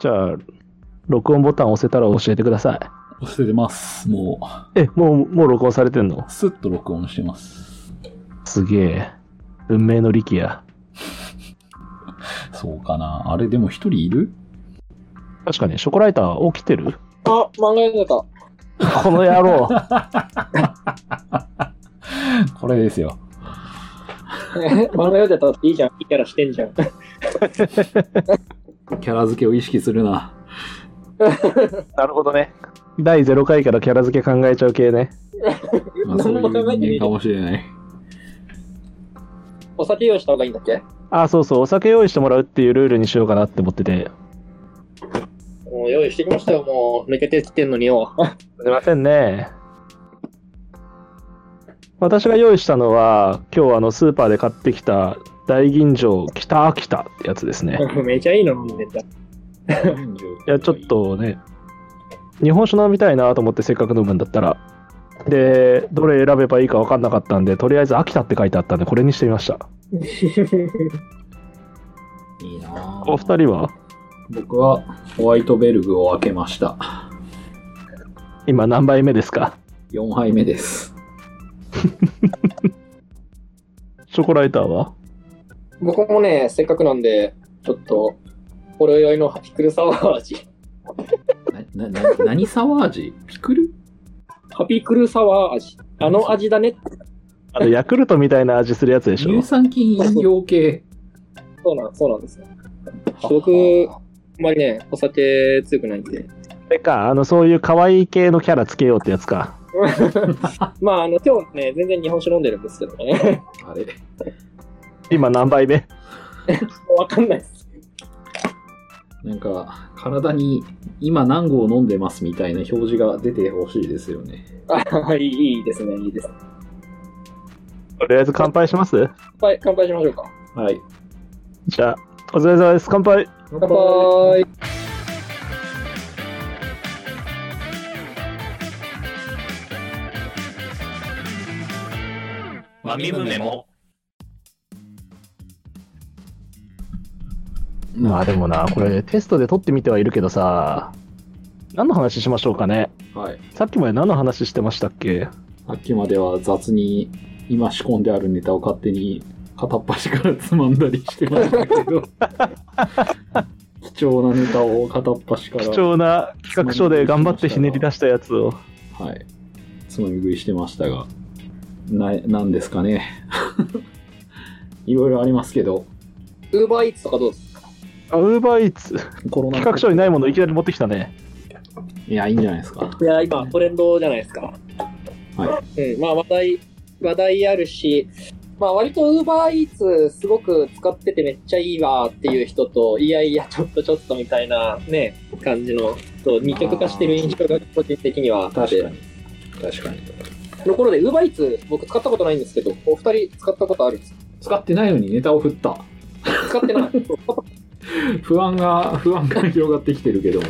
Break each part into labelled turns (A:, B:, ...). A: じゃあ、録音ボタン押せたら教えてください。
B: 忘れてます。も
A: え、もう、もう録音されてんの
B: う、スッと録音してます。
A: すげえ。運命の力や。
B: そうかな。あれ、でも一人いる
A: 確かに、ショコライター起きてる
C: あ、漫画読んでた。
A: この野郎。
B: これですよ。
C: 漫画読んでたっていいじゃん。いいキャラしてんじゃん。
B: キャラ付けを意識するな。
A: なるほどね。第0回からキャラ付け考えちゃう系ね。
B: まあ、そうい
C: 何も考えてね
B: う
C: え
B: 人間かもしれない。
C: お酒用意した方がいいんだっけ
A: あ、そうそう、お酒用意してもらうっていうルールにしようかなって思ってて。
C: もう用意してきましたよ、もう。抜けてきてんのによ。
A: すいませんね。私が用意したのは、今日あのスーパーで買ってきた大吟醸北秋田ってやつですね。
C: めちゃいいの飲んで た。
A: いや、ちょっ。とね、日本酒飲みたいなと思ってせっかく飲むんだったら。で、どれ選べばいいか分かんなかったんで、とりあえず秋田って書いてあったんで、これにしてみました。
B: いいな
A: お二人は
B: 僕はホワイトベルグを開けました。
A: 今何杯目ですか
B: 4杯目です。
A: ショコライターは
C: 僕もね、せっかくなんで、ちょっと、ほろ酔いのピクルサワー味。
B: な、な、な何サワー味ピクル
C: ハピクルサワー味。あの味だねって
A: あの、ヤクルトみたいな味するやつでしょ
B: 乳酸菌飲料系。
C: そうなん、そうなんですよ。 僕、あんまりね、お酒強くないん で。
A: あれか、あの、そういう可愛い系のキャラつけようってやつか。
C: まあ、あの、今日ね、全然日本酒飲んでるんですけどね。
B: あれ
A: 今何杯目
C: わかんないです。
B: なんか、体に今何合飲んでますみたいな表示が出てほしいですよね。
C: あ、いい、いいですね、いいです。
A: とりあえず乾杯します
C: 乾杯、乾杯しましょうか。
B: はい。
A: じゃあ、お疲れ様です。乾杯
B: 乾
C: 乾杯。
D: マミムメモ。
A: まあでもな、これテストで取ってみてはいるけどさ、何の話しましょうかね。
B: はい。
A: さっきまで何の話してましたっけ
B: さっきまでは雑に今仕込んであるネタを勝手に片っ端からつまんだりしてましたけ ど貴重なネタを片っ端から
A: 貴重な企画書で頑張ってひねり出したやつを。
B: はいつまみ食いしてましたがななんですかね いろいろありますけど
C: ウーバーイーツとかどうですか
A: あ、ウーバーイーツ。
B: コロナ
A: 企画書にないものいきなり持ってきたね。
B: いやいいんじゃないですか
C: いや、今、トレンドじゃないですか。。
B: はい
C: うん、まあ、話題、話題あるし、まあ、割とウーバーイーツすごく使っててめっちゃいいわっていう人と、いやいや、ちょっとちょっとみたいなね、感じの、と二極化してる印象が個人的にはあっ
B: 確
C: て。
B: かに確かに
C: ところで、ウーバーイーツ僕使ったことないんですけど、お二人使ったことあるん ですか
B: 使ってないのにネタを振った
C: 使ってない。
B: 不安が不安が広がってきてるけども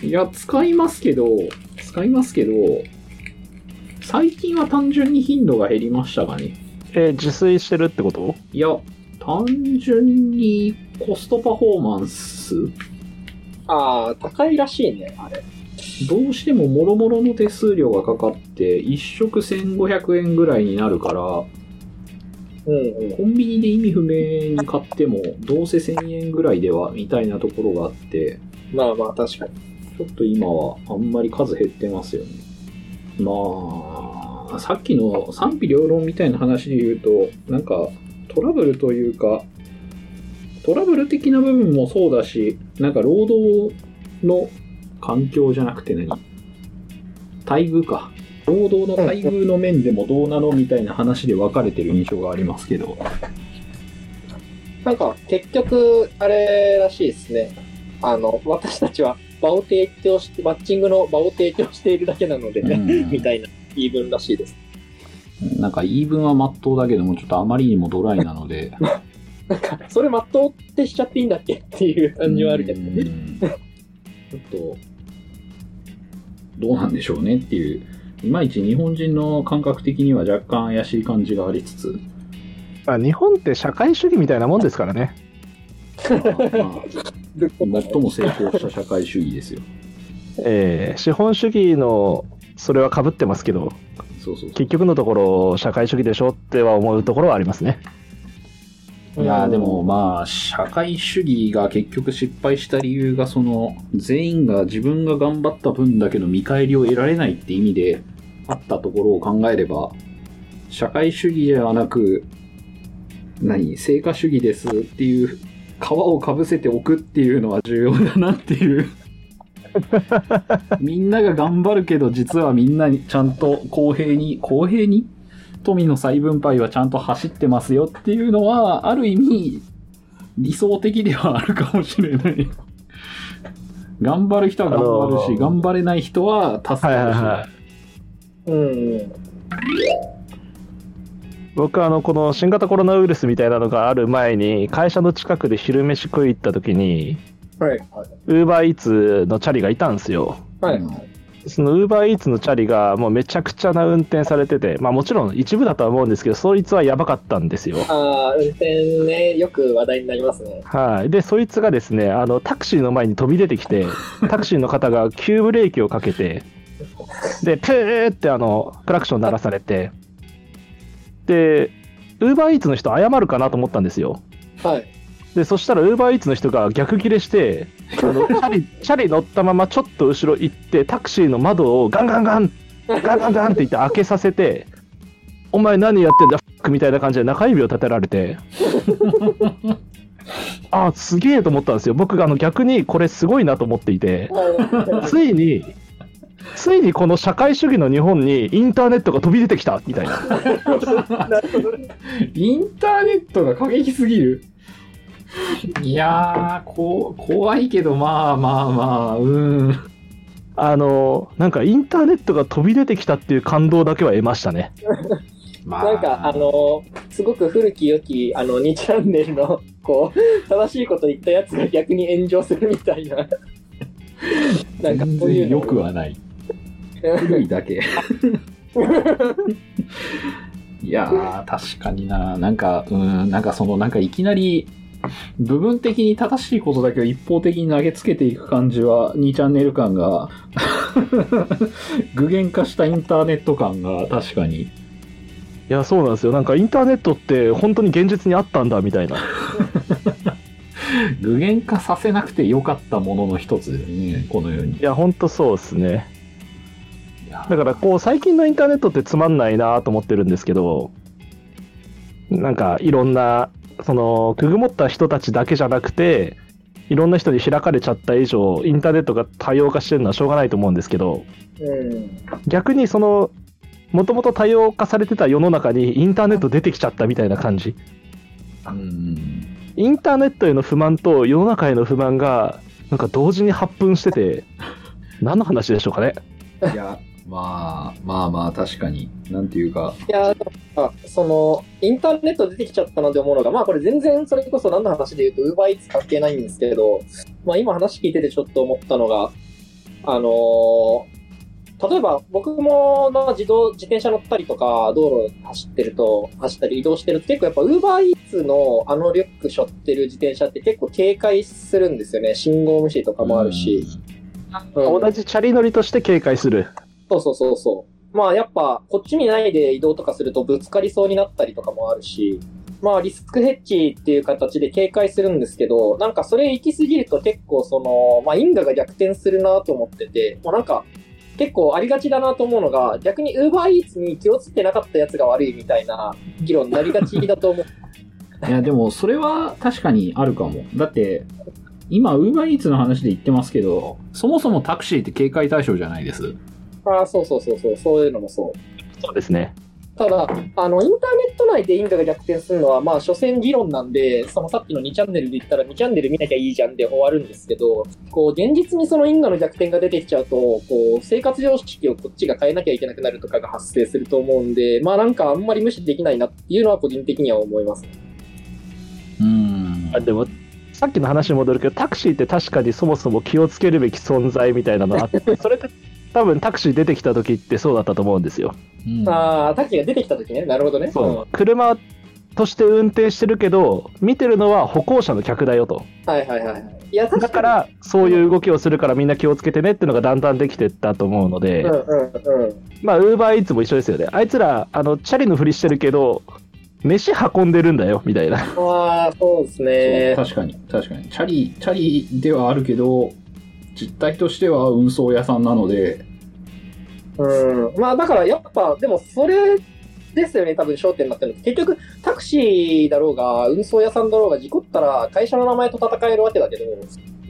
B: いや使いますけど使いますけど最近は単純に頻度が減りましたがね
A: えー自炊してるってこと
B: いや単純にコストパフォーマンス
C: ああ、高いらしいね、あれ。
B: どうしてももろもろの手数料がかかって1食1500円ぐらいになるからコ
C: うんうん。
B: ンビニで意味不明に買ってもどうせ1000円ぐらいではみたいなところがあって
C: まあまあ、確かに。
B: ちょっと今はあんまり数減ってますよね。まあ、さっきの賛否両論みたいな話で言うと、なんかトラブルというか、トラブル的な部分もそうだし、なんか労働の環境じゃなくて何待遇か。労働の待遇の面でもどうなのみたいな話で分かれてる印象がありますけど。
C: なんか、結局、あれらしいですね。あの、私たちは場を提供して、マッチングの場を提供しているだけなので、
B: うん
C: みたいな言い分らしいです。
B: なんか言い分はまっとうだけども、ちょっとあまりにもドライなので。
C: なんか、それまっとうってしちゃっていいんだっけっていう感じはあるけど
B: う
C: ね。
B: んちょっと、どうなんでしょうねっていう、いまいち日本人の感覚的には若干怪しい感じがありつ つ、
A: あ日本って社会主義みたいなもんですからね。
B: まあまあ
C: るこ
B: 最
C: と
B: も
C: も
B: 成功した社会主義ですよ。
A: えー資本主義のそれはかぶってますけど
B: そうそうそう
A: 結局のところ社会主義でしょっては思うところはありますね
B: いやーでもまあ社会主義が結局失敗した理由がその全員が自分が頑張った分だけの見返りを得られないって意味であったところを考えれば社会主義ではなく何成果主義ですっていう皮をかぶせておくっていうのは重要だなっていう みんなが頑張るけど実はみんなにちゃんと公平に公平に富の再分配はちゃんと走ってますよっていうのは、ある意味、理想的ではあるかもしれない。頑張る人は頑張るし、
A: あのー
B: 頑張れない人は助
A: はい
B: か
A: はい
B: るし、
A: はい
C: うんうん
A: 僕あのこの新型コロナウイルスみたいなのがある前に会社の近くで昼飯食い行った時に
C: はい
A: ウーバーイーツのチャリがいたんですよ
C: はい
B: うん
A: そのウーバーイーツのチャリがもうめちゃくちゃな運転されててまあもちろん一部だとは思うんですけどそいつはやばかったんですよ
C: ああ運転ねよく話題になりますね
A: はい、でそいつがですねあのタクシーの前に飛び出てきてタクシーの方が急ブレーキをかけてでプーってあのクラクション鳴らされてでウーバーイーツの人謝るかなと思ったんですよ
C: はい
A: でそしたらウーバーイーツの人が逆ギレしてあのチャリチャリ乗ったままちょっと後ろ行ってタクシーの窓をガンガンガンガンガンガンって言って開けさせて「お前何やってんだフック」みたいな感じで中指を立てられてあすげえと思ったんですよ僕があの逆にこれすごいなと思っていてついについにこの社会主義の日本にインターネットが飛び出てきたみたいな
C: なるほど
B: インターネットが過激すぎる。いやーこう、怖いけど、まあまあまあ、うん。
A: あのなんかインターネットが飛び出てきたっていう感動だけは得ましたね
B: まあ、
C: なんかあのすごく古き良きあの2チャンネルの こう正しいこと言ったやつが逆に炎上するみたいな なんか
B: 全
C: そういう
B: 然
C: の
B: 良くはない。古いだけ。いやー、確かにな。なんか、うん、なんかその、なんかいきなり、部分的に正しいことだけを一方的に投げつけていく感じは、2チャンネル感が、 具現化したインターネット感が確かに。
A: いやそうなんですよなんかインターネットって本当に現実にあったんだみたいな
B: 具現化させなくて良かったものの一つですね、このように。
A: いや本当そうですね
B: いやー
A: だからこう最近のインターネットってつまんないなと思ってるんですけどなんかいろんなそのくぐもった人たちだけじゃなくていろんな人に開かれちゃった以上インターネットが多様化してるのはしょうがないと思うんですけど
C: うん
A: 逆にそのもともと多様化されてた世の中にインターネット出てきちゃったみたいな感じ
B: うん。
A: インターネットへの不満と世の中への不満がなんか同時に発奮してて何の話でしょうかね
B: いや、まあ、まあまあ、確かに。なんていうか、
C: いやでもさそのインターネット出てきちゃったので思うのがまあこれ全然それこそ何の話で言うとウーバーイーツ関係ないんですけど、まあ、今話聞いててちょっと思ったのがあのー例えば僕もまあ自動自転車乗ったりとか道路走ってると走ったり移動してると結構やっぱウーバーイーツのあのリュック背負ってる自転車って結構警戒するんですよね信号無視とかもあるし、うん
A: 同じチャリ乗りとして警戒する
C: そうそうそうそう。まあやっぱこっちにないで移動とかするとぶつかりそうになったりとかもあるし、まあリスクヘッジっていう形で警戒するんですけど、なんかそれ行き過ぎると結構その、まあ因果が逆転するなと思ってて、もうなんか結構ありがちだなと思うのが、逆に UberEats に気をつけてなかったやつが悪いみたいな議論になりがちだと思う。
B: いや、でも、それは確かにあるかも。だって、今、ウーバーイーツの話で言ってますけど、そもそもタクシーって警戒対象じゃないです。
C: ああ、そうそうそうそう、そういうのもそう。
A: そうですね
C: ただあの、インターネット内で因果が逆転するのは、まあ、所詮議論なんで、そのさっきの2チャンネルで言ったら、2チャンネル見なきゃいいじゃんで終わるんですけど、こう、現実にその因果の逆転が出てきちゃうと、こう、生活様式をこっちが変えなきゃいけなくなるとかが発生すると思うんで、まあ、なんかあんまり無視できないなっていうのは個人的には思います。
B: うーん
A: あでもさっきの話に戻るけどタクシーって確かにそもそも気をつけるべき存在みたいなのあってそれって多分タクシー出てきた時ってそうだったと思うんですよ
B: うん
C: ああ、タキが出てきた時ね、なるほどね。
A: う車として運転してるけど見てるのは歩行者の客だよと
C: うんはいはいはいはい。いや、確か
A: だ
C: に
A: から、そういう動きをするからみんな気をつけてねっていうのがだんだんできてったと思うので、
C: うんうんうん。
A: まあ、ウーバーイーツも一緒ですよね。あいつら、あの、チャリのふりしてるけど、飯運んでるんだよ、みたいな。
C: ああ、そうですね
B: そ。う確かに確かにチャリチャリではあるけど実態としては運送屋さんなので
C: うん。まあ、だからやっぱ、でもそれですよね、多分焦点になってるの。結局、タクシーだろうが、運送屋さんだろうが、事故ったら会社の名前と戦えるわけだけど、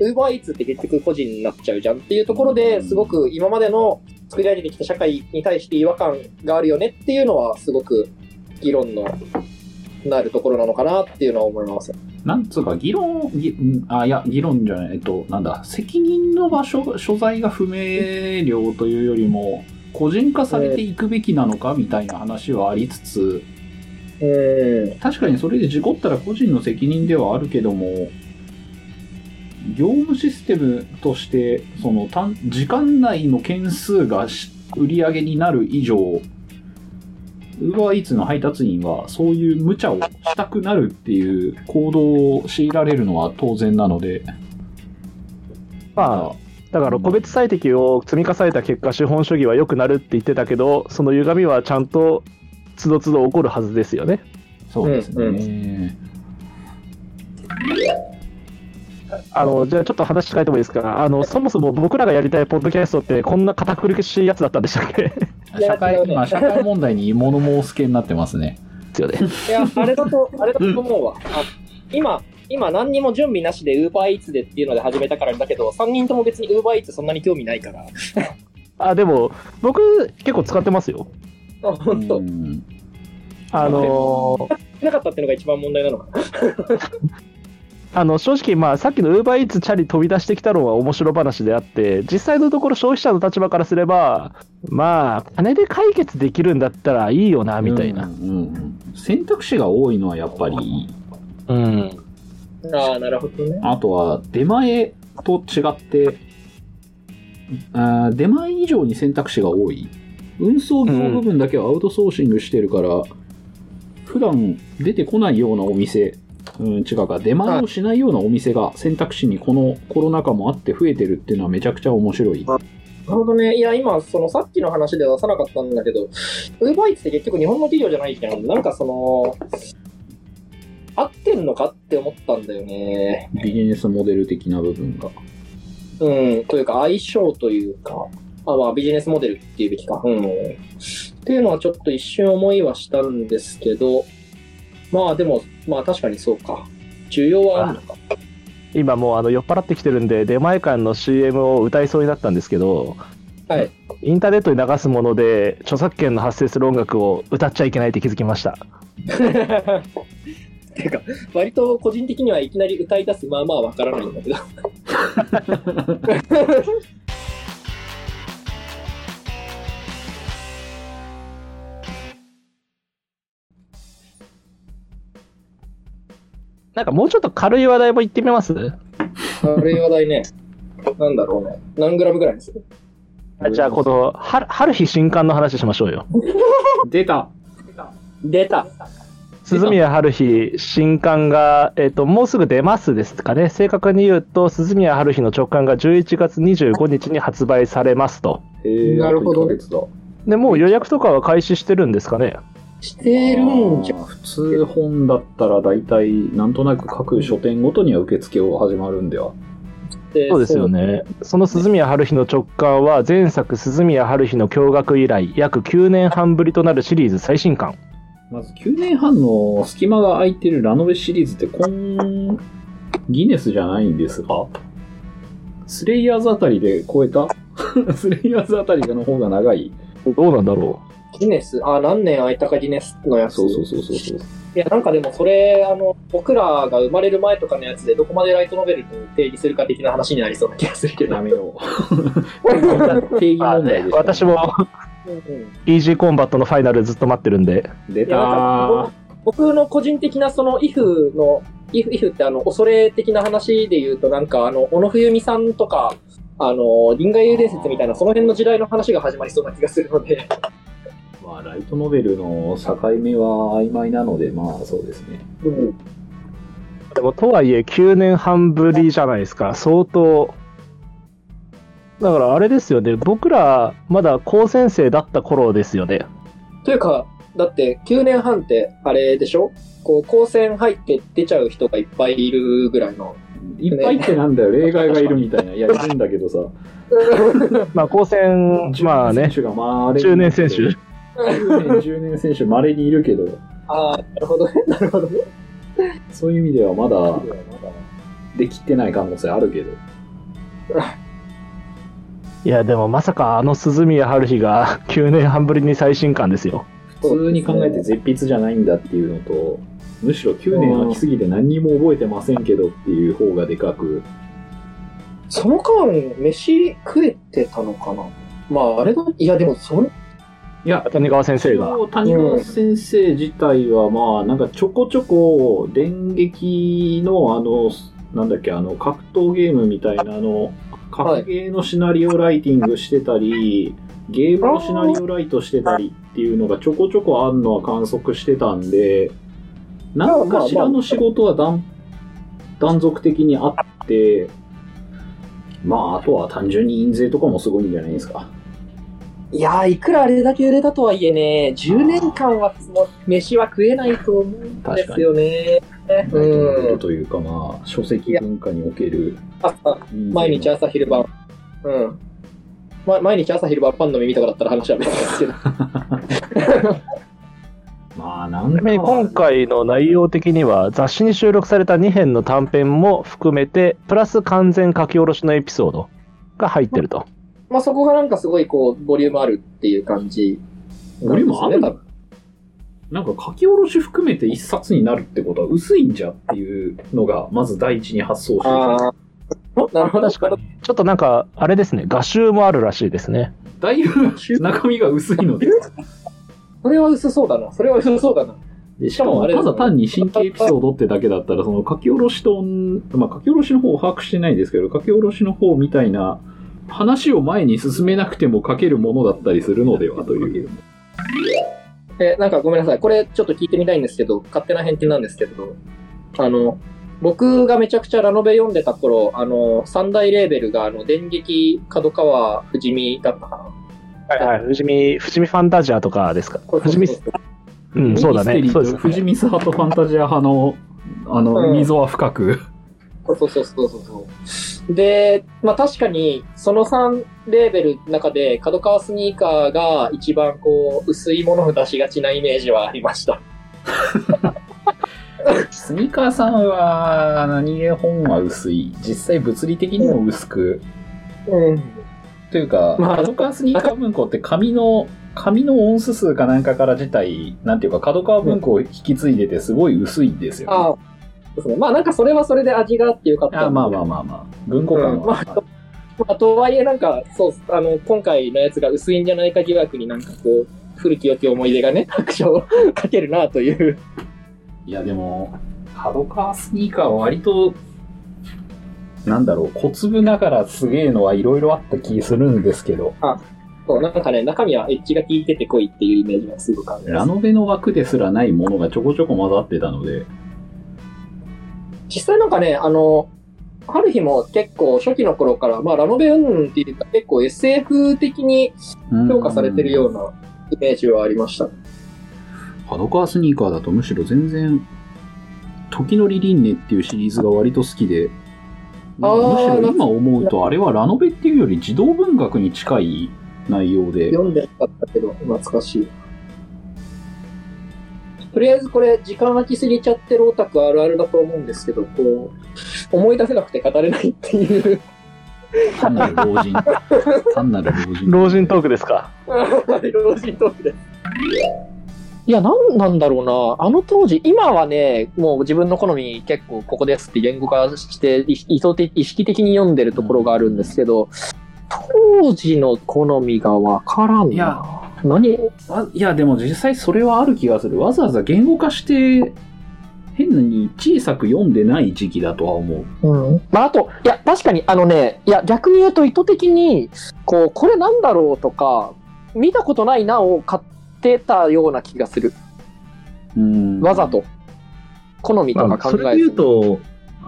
C: ウーバーイーツって結局個人になっちゃうじゃんっていうところですごく今までの作り上げてきた社会に対して違和感があるよねっていうのは、すごく議論のなるところなのかなっていうのは思います。
B: なんつうか議論ぎんあいや議論じゃないえっとなんだ責任の場所所在が不明瞭というよりも個人化されていくべきなのかみたいな話はありつつ
C: うん。
B: 確かにそれで事故ったら個人の責任ではあるけども業務システムとしてその単時間内の件数がし売り上げになる以上ウーバーイーツの配達員はそういう無茶をしたくなるっていう行動を強いられるのは当然なので
A: まあ、だから個別最適を積み重ねた結果、資本主義は良くなるって言ってたけど、その歪みはちゃんと、つどつど起こるはずですよね。
B: そうですね、
C: うん
A: あの、じゃあちょっと話変えてもいいですか。あの、そもそも僕らがやりたいポッドキャストって、こんな堅苦しいやつだったんでしたっけ で
C: いや
B: 社会
C: 違うね
B: 今社会問題に物申す系になってますね
A: すよね。
C: いや、あれだと、あれだと思うわ。あ今、今何にも準備なしで UberEats でっていうので始めたからだけど、3人とも別に UberEats そんなに興味ないから。
A: あ、でも、僕、結構使ってますよ。
C: あ、 本当。
B: うん
A: あのー
C: なかったっていうのが一番問題なのかな。
A: あの正直、まあ、さっきの UberEats チャリ飛び出してきたのは面白話であって、実際のところ消費者の立場からすれば、まあ、金で解決できるんだったらいいよな、みたいな
B: う。んうんうん選択肢が多いのはやっぱり
A: うん。
C: ああ、なるほどね。
B: あとは出前と違ってあー出前以上に選択肢が多い運送業部分だけはアウトソーシングしてるから、普段出てこないようなお店、うん、違うか出前をしないようなお店が選択肢にこのコロナ禍もあって増えてるっていうのはめちゃくちゃ面白い
C: なるほどね。いや、今、そのさっきの話では出さなかったんだけど、UberEats って結局日本の企業じゃないじゃん。なんかその、合ってんのかって思ったんだよね。
B: ビジネスモデル的な部分が
C: うん、というか相性というか、あまあビジネスモデルっていうべきか。うん。っていうのはちょっと一瞬思いはしたんですけど、まあでも、まあ確かにそうか。需要はあるのか。
A: 今もうあの酔っ払ってきてるんで、出前館の CM を歌いそうになったんですけど、
C: はい。
A: インターネットに流すもので、著作権の発生する音楽を歌っちゃいけないって気づきました。
C: ていうか、割と個人的にはいきなり歌い出す、まあまあわからないんだけど。
A: なんかもうちょっと軽い話題も言ってみます
C: あれ話題ね。なんだろうね。何グラムぐらいです
A: あじゃあ、この、は春日新刊の話しましょうよ。
B: 出た
C: 出た。
A: 鈴宮春日新刊が、えっともうすぐ出ますですかね正確に言うと鈴宮春日の直刊が11月25日に発売されますと
B: な
C: なるほど
B: だ
A: でもう予約とかは開始してるんですかね
C: してるんじゃん。
B: あー普通本だったら大体なんとなく各書店ごとには受付を始まるんでは
A: そうですよねその鈴宮春日の直刊は前作鈴宮春日の驚愕以来約9年半ぶりとなるシリーズ最新刊
B: まず9年半の隙間が空いてるラノベシリーズってこんギネスじゃないんですがスレイヤーズあたりで超えた スレイヤーズあたりの方が長い
A: どうなんだろ
C: ギネス、あ、何年空いたかギネスのやつ。
B: そうそうそうそうそう
C: いや、なんかでもそれ、あの、僕らが生まれる前とかのやつで、どこまでライトノベルと定義するか的な話になりそうな気がするけど。
B: やめよ う定義問題です、
A: 私も イージーコンバットのファイナルずっと待ってるんで
B: 出
C: いや
B: た
C: なんか
B: ー
C: 僕の個人的な、その、イフの、イフ、イフってあの、恐れ的な話で言うと、なんか、あの、小野冬美さんとか、あの、銀河幽霊説みたいな、その辺の時代の話が始まりそうな気がするので、
B: まあ、ライトノベルの境目は曖昧なのでまあそうですね
C: うん。
A: でもとはいえ9年半ぶりじゃないですか相当だからあれですよね僕らまだ高専生だった頃ですよね
C: というか、だって9年半ってあれでしょこう、高専入って出ちゃう人がいっぱいいるぐら いの。
B: いっぱいってなんだよ、例外がいるみたいな。いや、いるんだけどさ。
A: まあ高専まあね
B: 10が
A: 中年選手
B: 10年10年選手、まれにいるけど、
C: ああ、なるほどね。なるほどね。
B: そういう意味ではまだできてない可能性あるけど。
A: いやでもまさかあの鈴宮春日が 9年半ぶりに最新刊ですよ
B: 普通に考えて絶筆じゃないんだっていうのと、むしろ9年空きすぎて何にも覚えてませんけどっていう方がでかく、
C: その間、飯食えてたのかなまあ、あれだ。いや、でも、そん、
B: いや、
A: 谷川先生が
B: 谷川先生自体は、まあ、なんかちょこちょこ、電撃の、あの、なんだっけ、あの、格闘ゲームみたいな、あの、格ゲーのシナリオライティングしてたり、ゲームのシナリオライトしてたりっていうのがちょこちょこあんのは観測してたんで、なんかしらの仕事は断断続的にあって、まあ、あとは単純に印税とかもすごいんじゃないですか。
C: いやー、いくらあれだけ売れたとはいえね、10年間はその飯は食えないと思うんですよね。うん。
B: というか、まあ、書籍文化における
C: 朝毎日朝昼晩。うん。ま、毎日朝昼晩パンの耳とかだったら話は別ですけど。
B: まあ、なん
A: ちなみに今回の内容的には雑誌に収録された2編の短編も含めてプラス完全書き下ろしのエピソードが入ってると
C: まあ、そこがなんかすごいこう、ボリュームあるっていう感じなんで
B: ボリ
C: すよね、
B: ュームある
C: 多分。
B: なんか書き下ろし含めて一冊になるってことは薄いんじゃっていうのが、まず第一に発想してた
C: ああ。なるほど。
A: 確かにちょっとなんかあれですね画集もあるらしいですね
B: だいぶ中身が薄いので。
C: それは薄そうだな。それは薄そうだな。
B: でしかも、ただ単に神経エピソードってだけだったら、その書き下ろしと、まあ書き下ろしの方を把握してないですけど、書き下ろしの方みたいな、話を前に進めなくても書けるものだったりするのではという。
C: え、なんかごめんなさい。これちょっと聞いてみたいんですけど、勝手な偏見なんですけど、あの、僕がめちゃくちゃラノベ読んでた頃、あの、三大レーベルが、あの、電撃、角川、富士見だったかな。
A: はいはい、富士見、富士見ファンタジアとかですか。
C: これ
A: 富士見、うん、そうだ
B: ミステ
A: ね
B: リ。ー
A: そ
B: と
A: うです、
B: 富士
A: ね。
B: 見スハートファンタジア派の、あの、
C: うん
B: 溝は深く。
C: そうそうそうそうそう。で、まあ確かに、その3レーベルの中で、角川スニーカーが一番こう、薄いものを出しがちなイメージはありました。
B: スニーカーさんは何気本は薄い実際物理的にも薄く、
C: うん。
B: というか、
C: まあ
B: 角川スニーカー文庫って紙の紙の音数数かなんかから自体なんていうか角川文庫を引き継いでてすごい薄いんですよ、
C: ああ、そうですね。まあなんかそれはそれで味があってよかったんで。
B: あまあまあまあまあ文庫感は、
C: うんままあ、とはいえ、なんか、そうっす、あの、今回のやつが薄いんじゃないか疑惑になんかこう、古き良き思い出がね、拍手をかけるなという。
B: いやでも角川スニーカーは割となんだろう小粒ながらすげえのはいろいろあった気するんですけど
C: そう、なんかね、中身はエッジが効いててこいっていうイメージがすごくある
B: ラノベの枠ですらないものがちょこちょこ混ざってたので
C: 実際なんかね、あの、ある日も結構初期の頃から、まあ、ラノベうんっていうか結構 SF 的に評価されてるようなイメージはありましたね。
B: 角川スニーカーだとむしろ全然「時のり輪廻」っていうシリーズが割と好きでまあ
C: あ
B: むし
C: ー
B: ろ今思うとあれはラノベっていうより児童文学に近い内容で
C: 読んでなかったけど、懐かしい。とりあえずこれ、時間空きすぎちゃってるオタクあるあるだと思うんですけど、こう、思い出せなくて語れないっていう。
B: 単なる老人 単なる老人
A: 老人トークですか。
C: 老人トークで。いや、なんなんだろうな。あの当時、今はね、もう自分の好み結構ここですって言語化して、い意図的意識的に読んでるところがあるんですけど、当時の好みがわからん
B: いや
C: な。何
B: わいやでも実際それはある気がするわざわざ言語化して変に小さく読んでない時期だとは思う
C: うんまあ、あと、いや、確かに、あのね、いや、逆に言うと意図的に、こう、これなんだろうとか、見たことないなを買ってたような気がする。
B: うん
C: わざと。好みと
A: ま
C: か
A: あ、そ
C: 考えず
A: れで言うと、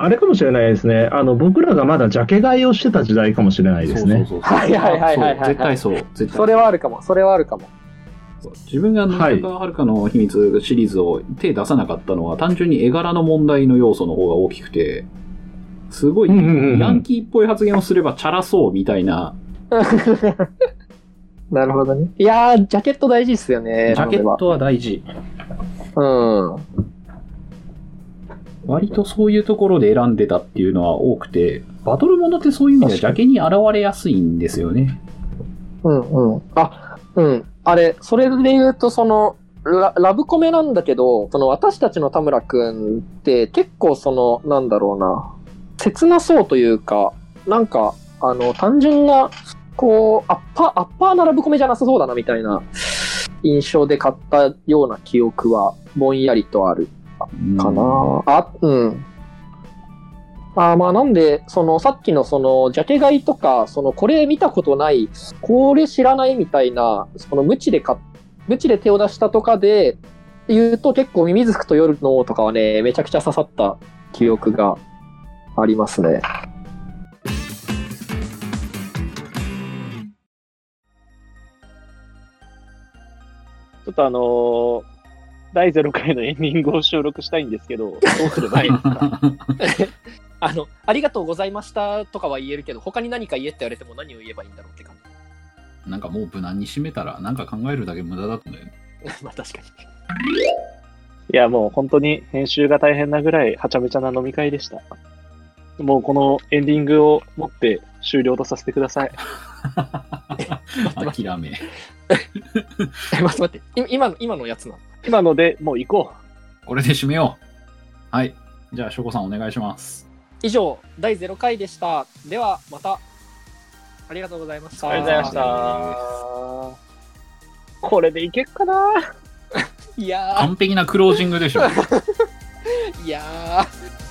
A: あれかもしれないですね。あの、僕らがまだジャケ買いをしてた時代かもしれないですね。
B: そうそうそうそう
C: はいはいはいはいはい
B: そう絶対そう。絶対
C: それはあるかも、それはあるかも。
B: そう自分が
A: はい
B: 中川遥の秘密シリーズを手出さなかったのは、単純に絵柄の問題の要素の方が大きくて、すごい、
A: うんうんうんうん
B: ヤンキーっぽい発言をすればチャラそうみたいな、
C: なるほどね。いやー、ジャケット大事っすよ
B: ジ
C: ね。
B: ャケットは大事。
C: なのでは。
B: 割とそういうところで選んでたっていうのは多くて、バトルものってそういう意味ではジャケに現れやすいんですよね。
C: うん。うんうん。あ、うん。あれ、それで言うと、その、ララブコメなんだけど、その私たちの田村くんって結構その、なんだろうな、切なそうというか、なんか、あの、単純な、こう、アッパー、アッパーなラブコメじゃなさそうだなみたいな印象で買ったような記憶は、ぼんやりとある。かな、あ、うん。あーまあなんで、そのさっきのそのジャケ買いとか、そのこれ見たことない、これ知らないみたいな、その無知で買っ無知で手を出したとかで言うと結構ミミズクと夜の王とかはね、めちゃくちゃ刺さった記憶がありますね。
D: ちょっとあのー第0回のエンディングを収録したいんですけど、 どうすればいいですか
C: あの、ありがとうございましたとかは言えるけど、他に何か言えって言われても何を言えばいいんだろうって感じ。
B: なんかもう無難に締めたら、なんか考えるだけ無駄だったんだよ ね。
C: まあ確かに。
D: いや、もう本当に編集が大変なぐらいはちゃめちゃな飲み会でした。もうこのエンディングを持って終了とさせてください。
B: 諦め。
C: え、待って待って、今の、今のやつなの
D: 今のでもう行こ
B: これで締めよう。はい。じゃあ、しょこさんお願いします。
C: 以上第0回でしたではまたありがとうございまし
D: う。
C: た
D: ありがとうございました。これでいけっかない
C: や
B: 完璧なクロージングでしょ。
C: ーいやー